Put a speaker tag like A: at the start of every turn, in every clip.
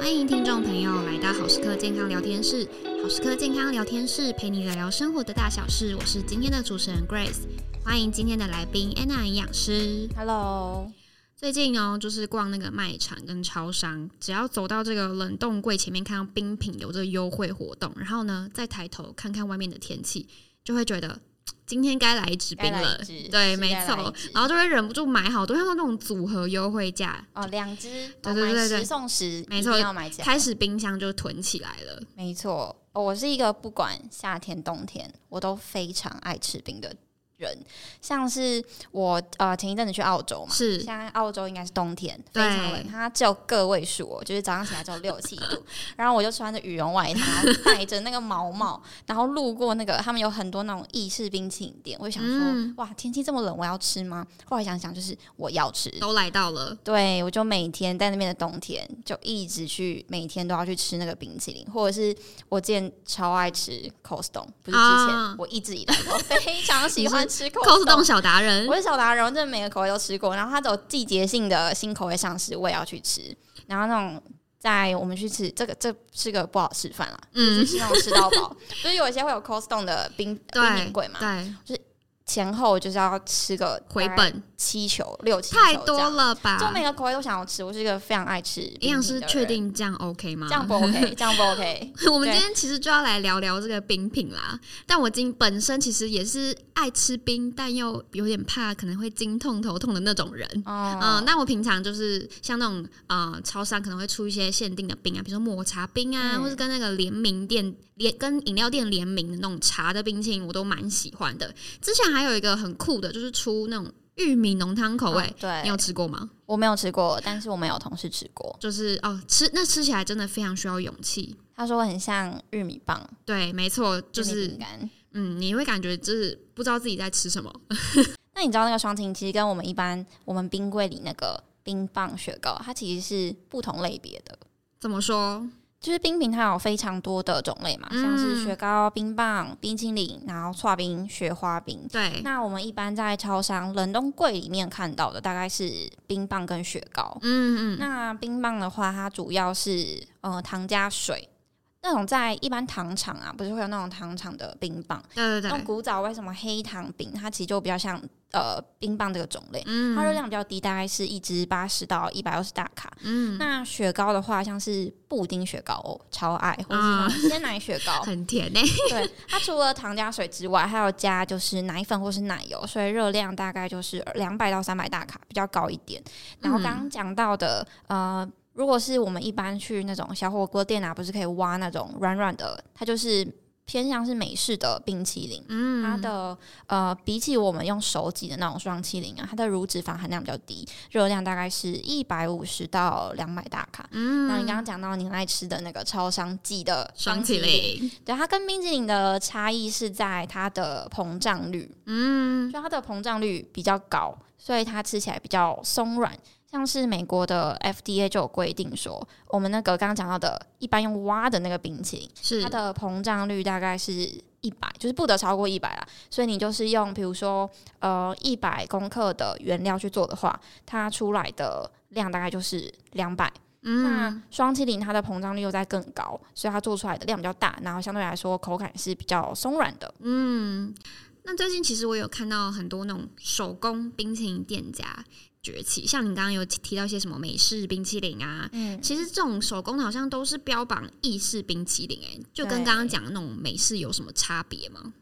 A: 欢迎听众朋友来到好时刻健康聊天室。好时刻健康聊天室陪你聊聊生活的大小事，我是今天的主持人 Grace。欢迎今天的来宾 Anna 营养师。
B: Hello，
A: 最近哦，就是逛那个卖场跟超商，只要走到这个冷冻柜前面，看到冰品有这个优惠活动，然后呢再抬头看看外面的天气，就会觉得。今天该来一支冰
B: 该来
A: 了
B: 一支，
A: 对，
B: 是
A: 没
B: 该来
A: 错
B: 一支，
A: 然后就会忍不住买好多，像那种组合优惠价，
B: 哦，两只，
A: 对
B: 哦
A: 对
B: 买
A: 对对
B: 十送十，
A: 没
B: 一
A: 错
B: 定要买起来，
A: 开始冰箱就囤起来了。
B: 没错。哦我是一个不管夏天冬天，我都非常爱吃冰的人。像是我呃前一阵子去澳洲嘛，
A: 是
B: 现在澳洲应该是冬天，非
A: 对
B: 常冷，它只有个位数哦，就是早上起来只有六七度。然后我就穿着羽绒外套， 然后戴着那个毛帽，然后路过那个他们有很多那种意式冰淇淋店，我就想说、
A: 嗯
B: 哇，天气这么冷，我要吃吗？后来想想，就是我要吃，
A: 都来到了，
B: 对，我就每天在那边的冬天，就一直去，每天都要去吃那个冰淇淋，或者是我之前超爱吃 Costco，不是之前，
A: 啊
B: 我一直以来都非常喜欢吃
A: 扣
B: Costco。
A: 子洞小达人
B: 我，是小达人，我真的每个口味都吃过。然后它有季节性的新口味上市，我也要去吃。然后那种在我们去吃这个，这是个不好示范啦，就
A: 嗯，
B: 是那种吃到饱。就是有一些会有 Costco 的冰冰
A: 对
B: 饮柜嘛，
A: 对，
B: 前后就是要吃个
A: 回本
B: 七球六七球
A: 太
B: 这
A: 多
B: 样
A: 了吧？
B: 就每个口味都想要吃。我是一个非常爱吃
A: 营
B: 冰
A: 养师
B: 品的人
A: 确定啊这样 OK 吗？
B: 这样不 OK，这样不 OK。
A: 我们
B: 对
A: 今天其实就要来聊聊这个冰品啦。但我今本身其实也是爱吃冰，但又有点怕可能会经痛头痛的那种人。嗯、
B: 哦，
A: 那我平常就是像那种呃，超商可能会出一些限定的冰啊，比如说抹茶冰啊，
B: 嗯
A: 或是跟那个联名店联跟饮料店联名的那种茶的冰淇淋，我都蛮喜欢的。之前还有一个很酷的，就是出那种玉米浓汤口味，你
B: 嗯对
A: 有，吃过吗？
B: 我没有吃过，但是我们有同事吃过，
A: 就是哦，吃那吃起来真的非常需要勇气。
B: 他说很像玉米棒，
A: 对，没错，就
B: 玉米
A: 是
B: 饼干。
A: 嗯，你会感觉就是不知道自己在吃什么。
B: 那你知道那个双擎其实跟我们一般我们冰柜里那个冰棒雪糕，它其实是不同类别的。
A: 怎么说？
B: 就是冰品，它有非常多的种类嘛，
A: 嗯
B: 像是雪糕、冰棒、冰淇淋，然后刨冰、雪花冰。
A: 对，
B: 那我们一般在超商冷冻柜里面看到的，大概是冰棒跟雪糕。
A: 嗯嗯，
B: 那冰棒的话，它主要是呃糖加水，那种在一般糖厂啊，不是会有那种糖厂的冰棒，
A: 对对
B: 那种
A: 对，
B: 古早为什么黑糖饼，它其实就比较像呃冰棒这个种类，
A: 嗯，
B: 它热量比较低，大概是一支八十到一百二十大卡。
A: 嗯，
B: 那雪糕的话，像是布丁雪糕，哦，超爱，或者是
A: 啊
B: 那种鲜奶雪 糕，
A: 很甜欸呢、
B: 对，它除了糖加水之外，还有加就是奶粉或是奶油，所以热量大概就是两百到三百大卡，比较高一点。然后刚
A: 嗯
B: 刚讲到的，呃，如果是我们一般去那种小火锅店啊，不是可以挖那种软软的，它就是偏向是美式的冰淇淋。
A: 嗯，
B: 它的呃，比起我们用手挤的那种双淇淋啊，它的乳脂肪含量比较低，热量大概是一百五十到两百大卡。
A: 嗯，
B: 那你刚刚讲到你很爱吃的那个超商挤的
A: 双起
B: 淋，
A: 淋，
B: 对，它跟冰淇淋的差异是在它的膨胀率，
A: 嗯，
B: 就它的膨胀率比较高，所以它吃起来比较松软。像是美国的 FDA 就有规定说，我们那个刚刚讲到的，一般用挖的那个冰淇淋，
A: 是
B: 它的膨胀率大概是一百，就是不得超过一百啦。所以你就是用，比如说呃一百公克的原料去做的话，它出来的量大概就是两百。那
A: 嗯，
B: 双麒麟它的膨胀率又在更高，所以它做出来的量比较大，然后相对来说口感是比较松软的。
A: 嗯，那最近其实我有看到很多那种手工冰淇淋店家崛起，像你刚刚有提到一些什么美式冰淇淋啊。
B: 嗯，
A: 其实这种手工的好像都是标榜意式冰淇淋、欸，就跟
B: 对
A: 刚刚讲的那种美式有什么差别吗？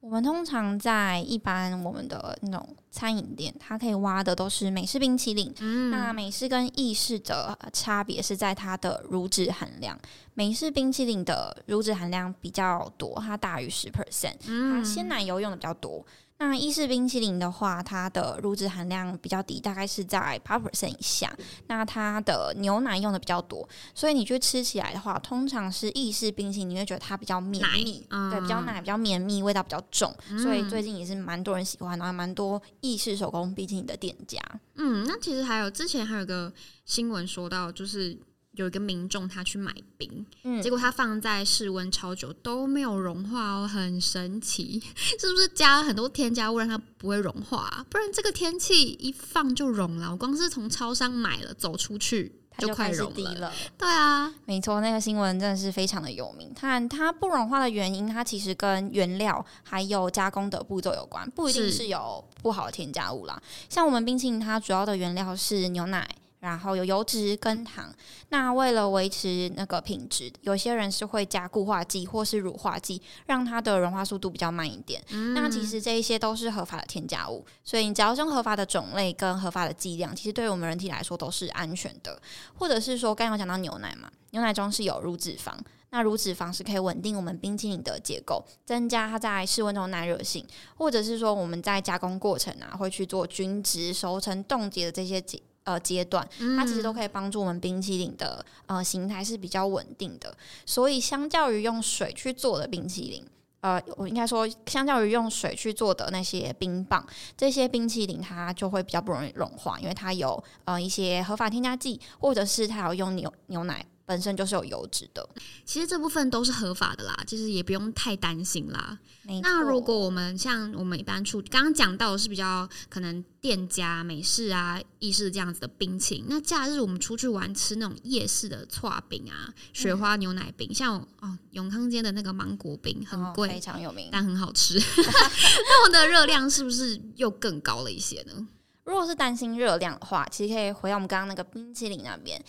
B: 我们通常在一般我们的那种餐饮店，它可以挖的都是美式冰淇淋。那
A: 嗯，
B: 美式跟意式的呃差别是在它的乳脂含量，美式冰淇淋的乳脂含量比较多，它大于十 percent，它鲜奶油用的比较多。那意式冰淇淋的话，它的乳脂含量比较低，大概是在八 percent 以下。那它的牛奶用的比较多，所以你去吃起来的话，通常是意式冰淇淋，你会觉得它比较绵密，
A: 奶
B: 对，比较
A: 嗯
B: 奶，比较绵密，味道比较重。所以最近也是蛮多人喜欢，然后蛮多意式手工冰淇淋的店家。
A: 嗯，那其实还有之前还有个新闻说到，就是有一个民众他去买冰，
B: 嗯
A: 结果他放在室温超久都没有融化哦，很神奇， 是不是加了很多添加物让它不会融化啊、不然这个天气一放就融了。我光是从超商买了走出去，
B: 它就
A: 就快
B: 开始
A: 融
B: 低
A: 了
B: 了。
A: 对啊，
B: 没错，那个新闻真的是非常的有名。它它不融化的原因，它其实跟原料还有加工的步骤有关，不一定
A: 是
B: 是有不好的添加物啦。像我们冰淇淋，它主要的原料是牛奶。然后有油脂跟糖，那为了维持那个品质，有些人是会加固化剂或是乳化剂，让它的融化速度比较慢一点。那其实这一些都是合法的添加物，所以你只要是用合法的种类跟合法的剂量，其实对于我们人体来说都是安全的。或者是说，刚刚有讲到牛奶嘛，牛奶中是有乳脂肪，那乳脂肪是可以稳定我们冰淇淋的结构，增加它在室温中的耐热性，或者是说我们在加工过程啊，会去做均值、熟成、冻结的这些阶呃阶段，它
A: 嗯
B: 其实都可以帮助我们冰淇淋的呃形态是比较稳定的。所以相较于用水去做的冰淇淋。呃，我应该说，相较于用水去做的那些冰棒，这些冰淇淋它就会比较不容易融化，因为它有呃一些合法添加剂，或者是它有用牛牛奶本身就是有油脂的。
A: 其实这部分都是合法的啦，其实也不用太担心啦。
B: 没
A: 那
B: 错
A: 如果我们像我们一般出，刚刚讲到的是比较可能店家美式啊、意式这样子的冰淇淋，那假日我们出去玩吃那种夜市的搓饼
B: 嗯
A: 啊、雪花牛奶冰，像哦永康街的那个芒果冰很
B: 哦
A: 贵，
B: 非常有名。
A: 但很好
B: 哦
A: 吃， 那我的热量是不是又更高了一些呢？
B: 如果是担心热量的话，其实可以回到我们刚刚那个冰淇淋那边。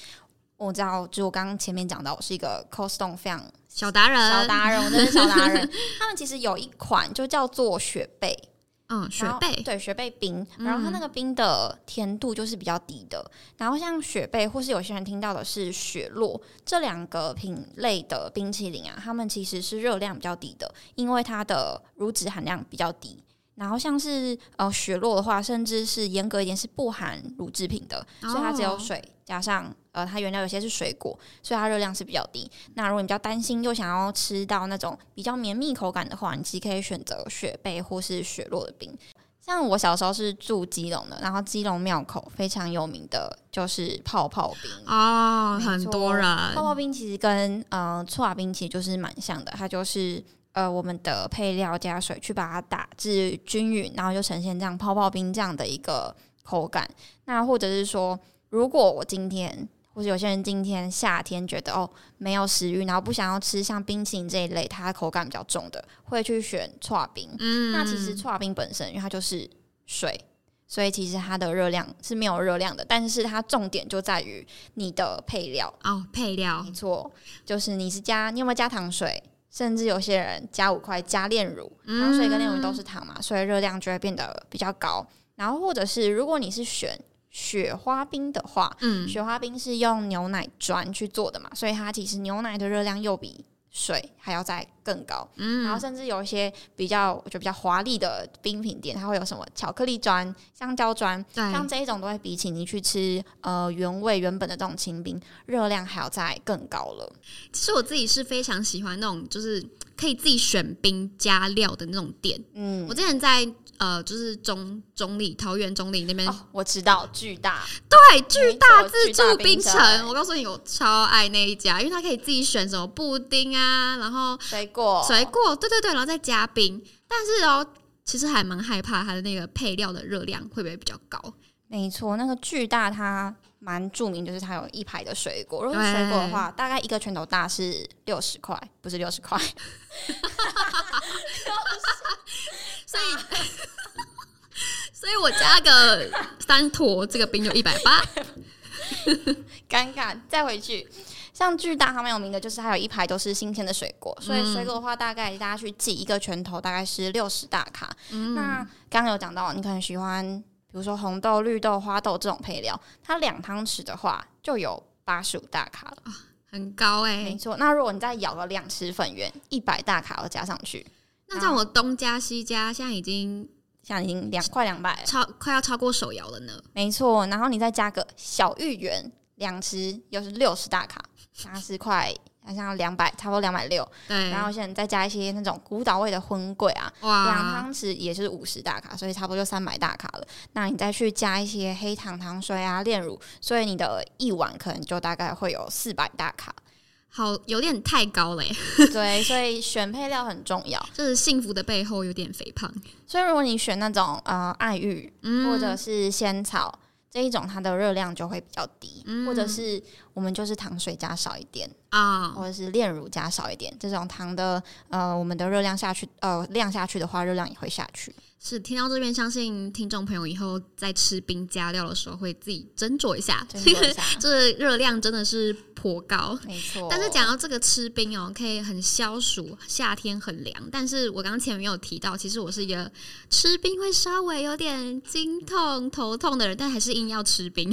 B: 我知道，就我刚刚前面讲到，我是一个 Costco 非常
A: 小达人，
B: 小达人，我真的是小 达人。他们其实有一款就叫做雪贝，
A: 嗯，雪
B: 然后
A: 贝，嗯
B: 对雪贝冰，然后它那个冰的甜度就是比较低的。然后像雪贝，或是有些人听到的是雪落，这两个品类的冰淇淋啊，它们其实是热量比较低的，因为它的乳脂含量比较低。然后像是呃雪落的话，甚至是严格一点是不含乳制品的，所以它只有
A: 哦
B: 水加上呃它原料有些是水果，所以它热量是比较低。那如果你比较担心又想要吃到那种比较绵密口感的话，你其实可以选择雪贝或是雪落的冰。像我小时候是住基隆的，然后基隆庙口非常有名的就是泡泡冰。
A: 哦，
B: 没
A: 很
B: 错哦
A: 多人，
B: 泡泡冰其实跟呃搓瓦冰其实就是蛮像的，它就是呃我们的配料加水去把它打至均匀，然后就呈现这样泡泡冰这样的一个口感。那或者是说，如果我今天或者有些人今天夏天觉得哦没有食欲，然后不想要吃像冰淇淋这一类它口感比较重的，会去选搓瓦冰。
A: 嗯，
B: 那其实搓冰本身，因为它就是水，所以其实它的热量是没有热量的，但是它重点就在于你的配料。
A: 哦，配料
B: 没错，就是你是加，你有没有加糖水？甚至有些人加五块加炼乳，
A: 嗯
B: 糖嗯水跟炼乳都是糖嘛，所以热量就会变得比较高。然后或者是如果你是选雪花冰的话，
A: 嗯，
B: 雪花冰是用牛奶砖去做的嘛，所以它其实牛奶的热量又比水还要再更高。嗯，然后甚至有一些比较我觉得比较华丽的冰品店，它会有什么巧克力砖、香蕉砖，
A: 对，
B: 像这一种都会比起你去吃呃原味原本的这种清冰，热量还要再更高了。
A: 其实我自己是非常喜欢那种就是可以自己选冰加料的那种店。
B: 嗯
A: 我之前在呃，就是中中立桃园中立那边，
B: 哦，我知道，巨大，
A: 对，巨大
B: 没错
A: 自
B: 巨哦大
A: 助
B: 冰
A: 冰
B: 城
A: 城，我告诉你，我超爱那一家，因为它可以自己选什么布丁啊，然后
B: 水果，
A: 水果，对对对，然后再加冰。但是哦，其实还蛮害怕它的那个配料的热量会不会比较高？
B: 没错，那个巨大它蛮著名，就是它有一排的水果。如果是水果的话，大概一个拳头大是六十块，不是六十块。
A: 所以，
B: 啊
A: 所以我加个三坨这个冰就一百 八，
B: 尴尬，再回去。像巨大它蛮有名的，就是它有一排都是新鲜的水果，所
A: 嗯
B: 以水果的话，大概大家去记一个拳头大概是六十大卡。
A: 嗯
B: 那嗯刚刚有讲到，你可能喜欢比如说红豆、绿豆、花豆这种配料，它两汤匙的话就有八十五大卡了。
A: 很高哎、
B: 没错，那如果你再舀个两匙粉圆，一百大卡要加上去，
A: 那像我东加西加，现在已经
B: 现在已经两快两百了。
A: 超快要超过手摇了呢。
B: 没错，然后你再加个小芋圆两匙，又是六十大卡，加十块，好像两百，差不多两百六。
A: 对，
B: 然后现在再加一些那种古早味的荤桂啊，两
A: 哇，
B: 汤匙也是五十大卡，所以差不多就三百大卡了。那你再去加一些黑糖糖水啊、炼乳，所以你的一碗可能就大概会有四百大 卡。
A: 好有点太高了、欸，
B: 对，所以选配料很重要。
A: 就是幸福的背后有点肥胖。
B: 所以如果你选那种呃爱玉
A: 嗯
B: 或者是仙草，这一种它的热量就会比较低，
A: 嗯
B: 或者是我们就是糖水加少一点，
A: 啊、
B: 或者是炼乳加少一点，这种糖的呃我们的热量下去呃量下去的话，热量也会下去。
A: 是听到这边，相信听众朋友以后在吃冰加料的时候会自己斟酌一下，
B: 斟酌一下
A: 这个热量真的是颇高。
B: 没错，
A: 但是讲到这个吃冰哦，可以很消暑，夏天很凉。但是我刚刚前面有提到，其实我是一个吃冰会稍微有点经痛、头痛的人，但还是硬要吃 冰。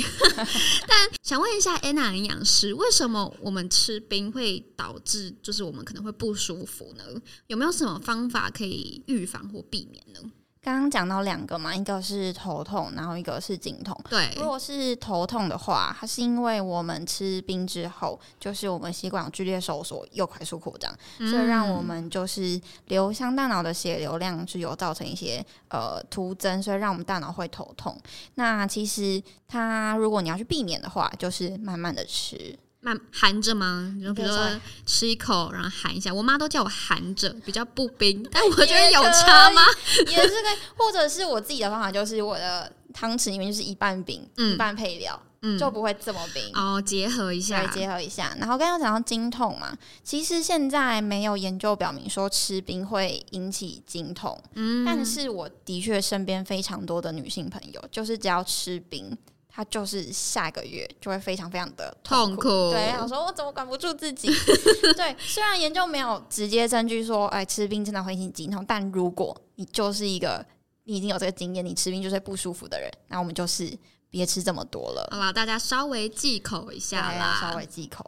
A: 但想问一下 Anna 营养师，为什么我们吃冰会导致就是我们可能会不舒服呢？有没有什么方法可以预防或避免呢？
B: 刚刚讲到两个嘛，一个是头痛，然后一个是颈痛。
A: 对
B: 如，果是头痛的话，它是因为我们吃冰之后，就是我们血管有剧烈收缩又快速扩张，
A: 嗯
B: 所以让我们就是流向大脑的血流量是有造成一些呃突增，所以让我们大脑会头痛。那其实它如果你要去避免的话，就是慢慢 的吃，
A: 慢含着吗？就比如
B: 对
A: 说吃一口，然后含一下。我妈都叫我含着，比较不 冰，但我觉得有差吗？
B: 也是可以，或者是我自己的方法，就是我的汤匙里面就是一半冰，
A: 嗯
B: 一半配料，
A: 嗯，
B: 就不会这么冰。
A: 哦，结合一下
B: 来，结合一下。然后刚刚讲到经痛嘛，其实现在没有研究表明说吃冰会引起经痛，
A: 嗯，
B: 但是我的确身边非常多的女性朋友，就是只要吃冰，她就是下个月就会非常非常的痛
A: 痛
B: 苦。
A: 苦，
B: 对，我说我怎么管不住自己？ 对，虽然研究没有直接证据说，哎，吃冰真的会引起经痛，但如果你就是一个你已经有这个经验，你吃冰就是会不舒服的人，那我们就是别吃这么多了，
A: 好啦，大家稍微忌口一下
B: 对要
A: 啦。
B: 稍微忌口。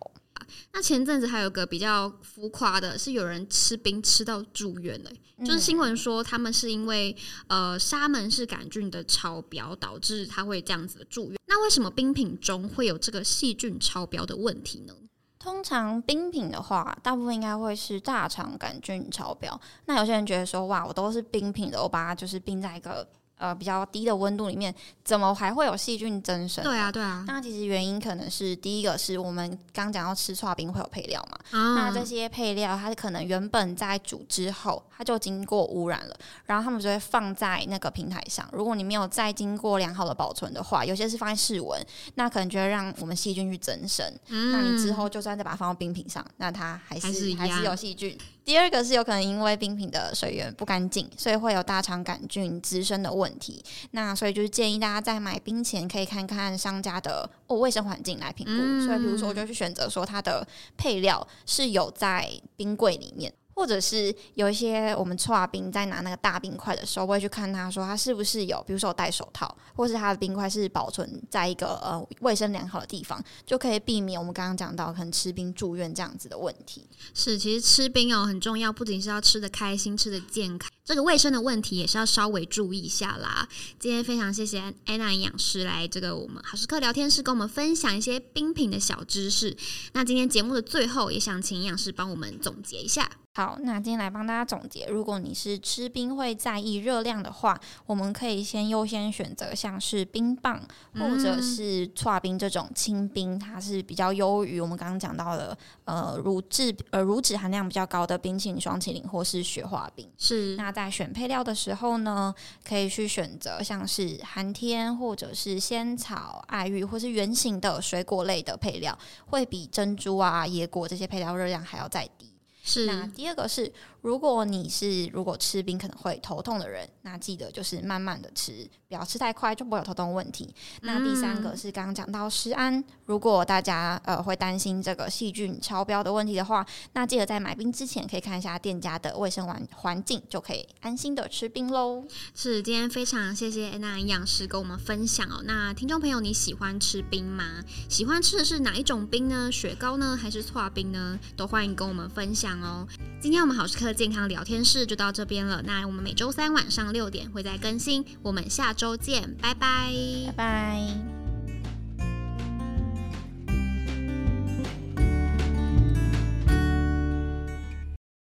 A: 那前阵子还有个比较浮夸的，是有人吃冰吃到住院的、
B: 嗯
A: 就是新闻说他们是因为呃沙门氏杆菌的超标导致他会这样子住院。那为什么冰品中会有这个细菌超标的问题呢？
B: 通常冰品的话，大部分应该会是大肠杆菌超标。那有些人觉得说，哇，我都是冰品的，我把它就是冰在一个呃比较低的温度里面，怎么还会有细菌增生？
A: 对啊，对啊，
B: 那其实原因可能是第一个是我们刚讲到吃刨冰会有配料嘛，那
A: 啊
B: 这些配料它可能原本在煮之后，它就经过污染了，然后他们就会放在那个平台上。如果你没有再经过良好的保存的话，有些是放在室温，那可能就会让我们细菌去增生。那你之后就算再把它放到冰品上，那它还是
A: 还是一样
B: 有细菌。第二个是有可能因为冰品的水源不干净，所以会有大肠杆菌滋生的问题。那所以就是建议大家在买冰前可以看看商家的哦卫生环境来评估。
A: 嗯
B: 所以比如说我就去选择说它的配料是有在冰柜里面。或者是有一些我们搓冰在拿那个大冰块的时候，我会去看它说它是不是有，比如说有戴手套，或是它的冰块是保存在一个呃卫生良好的地方，就可以避免我们刚刚讲到可能吃冰住院这样子的问题。
A: 是，其实吃冰哦很重要，不仅是要吃的开心，吃的健康，这个卫生的问题也是要稍微注意一下啦。今天非常谢谢安娜营养师来这个我们好时刻聊天室跟我们分享一些冰品的小知识。那今天节目的最后，也想请营养师帮我们总结一下。
B: 好，那今天来帮大家总结，如果你是吃冰会在意热量的话，我们可以先优先选择像是冰棒或者是搓冰这种清冰，它是比较优于我们刚刚讲到的呃乳质呃乳脂含量比较高的冰淇淋、双淇淋或是雪花冰。
A: 是，
B: 那在选配料的时候呢，可以去选择像是寒天或者是仙草、爱玉或是圆形的水果类的配料，会比珍珠啊、椰果这些配料热量还要再低。那
A: 是，
B: 第二个是，如果你是如果吃冰可能会头痛的人，那记得就是慢慢的吃，不要吃太快，就不会有头痛问题。那第三个是刚刚讲到食安，如果大家呃会担心这个细菌超标的问题的话，那记得在买冰之前可以看一下店家的卫生环环境，就可以安心的吃冰喽。
A: 是，今天非常谢谢安娜营养师跟我们分享哦。那听众朋友，你喜欢吃冰吗？喜欢吃的是哪一种冰呢？雪糕呢，还是搓冰呢？都欢迎跟我们分享哦。今天我们好时刻健康聊天室就到这边了。那我们每周三晚上六点会再更新，我们下周见，拜拜
B: 拜拜。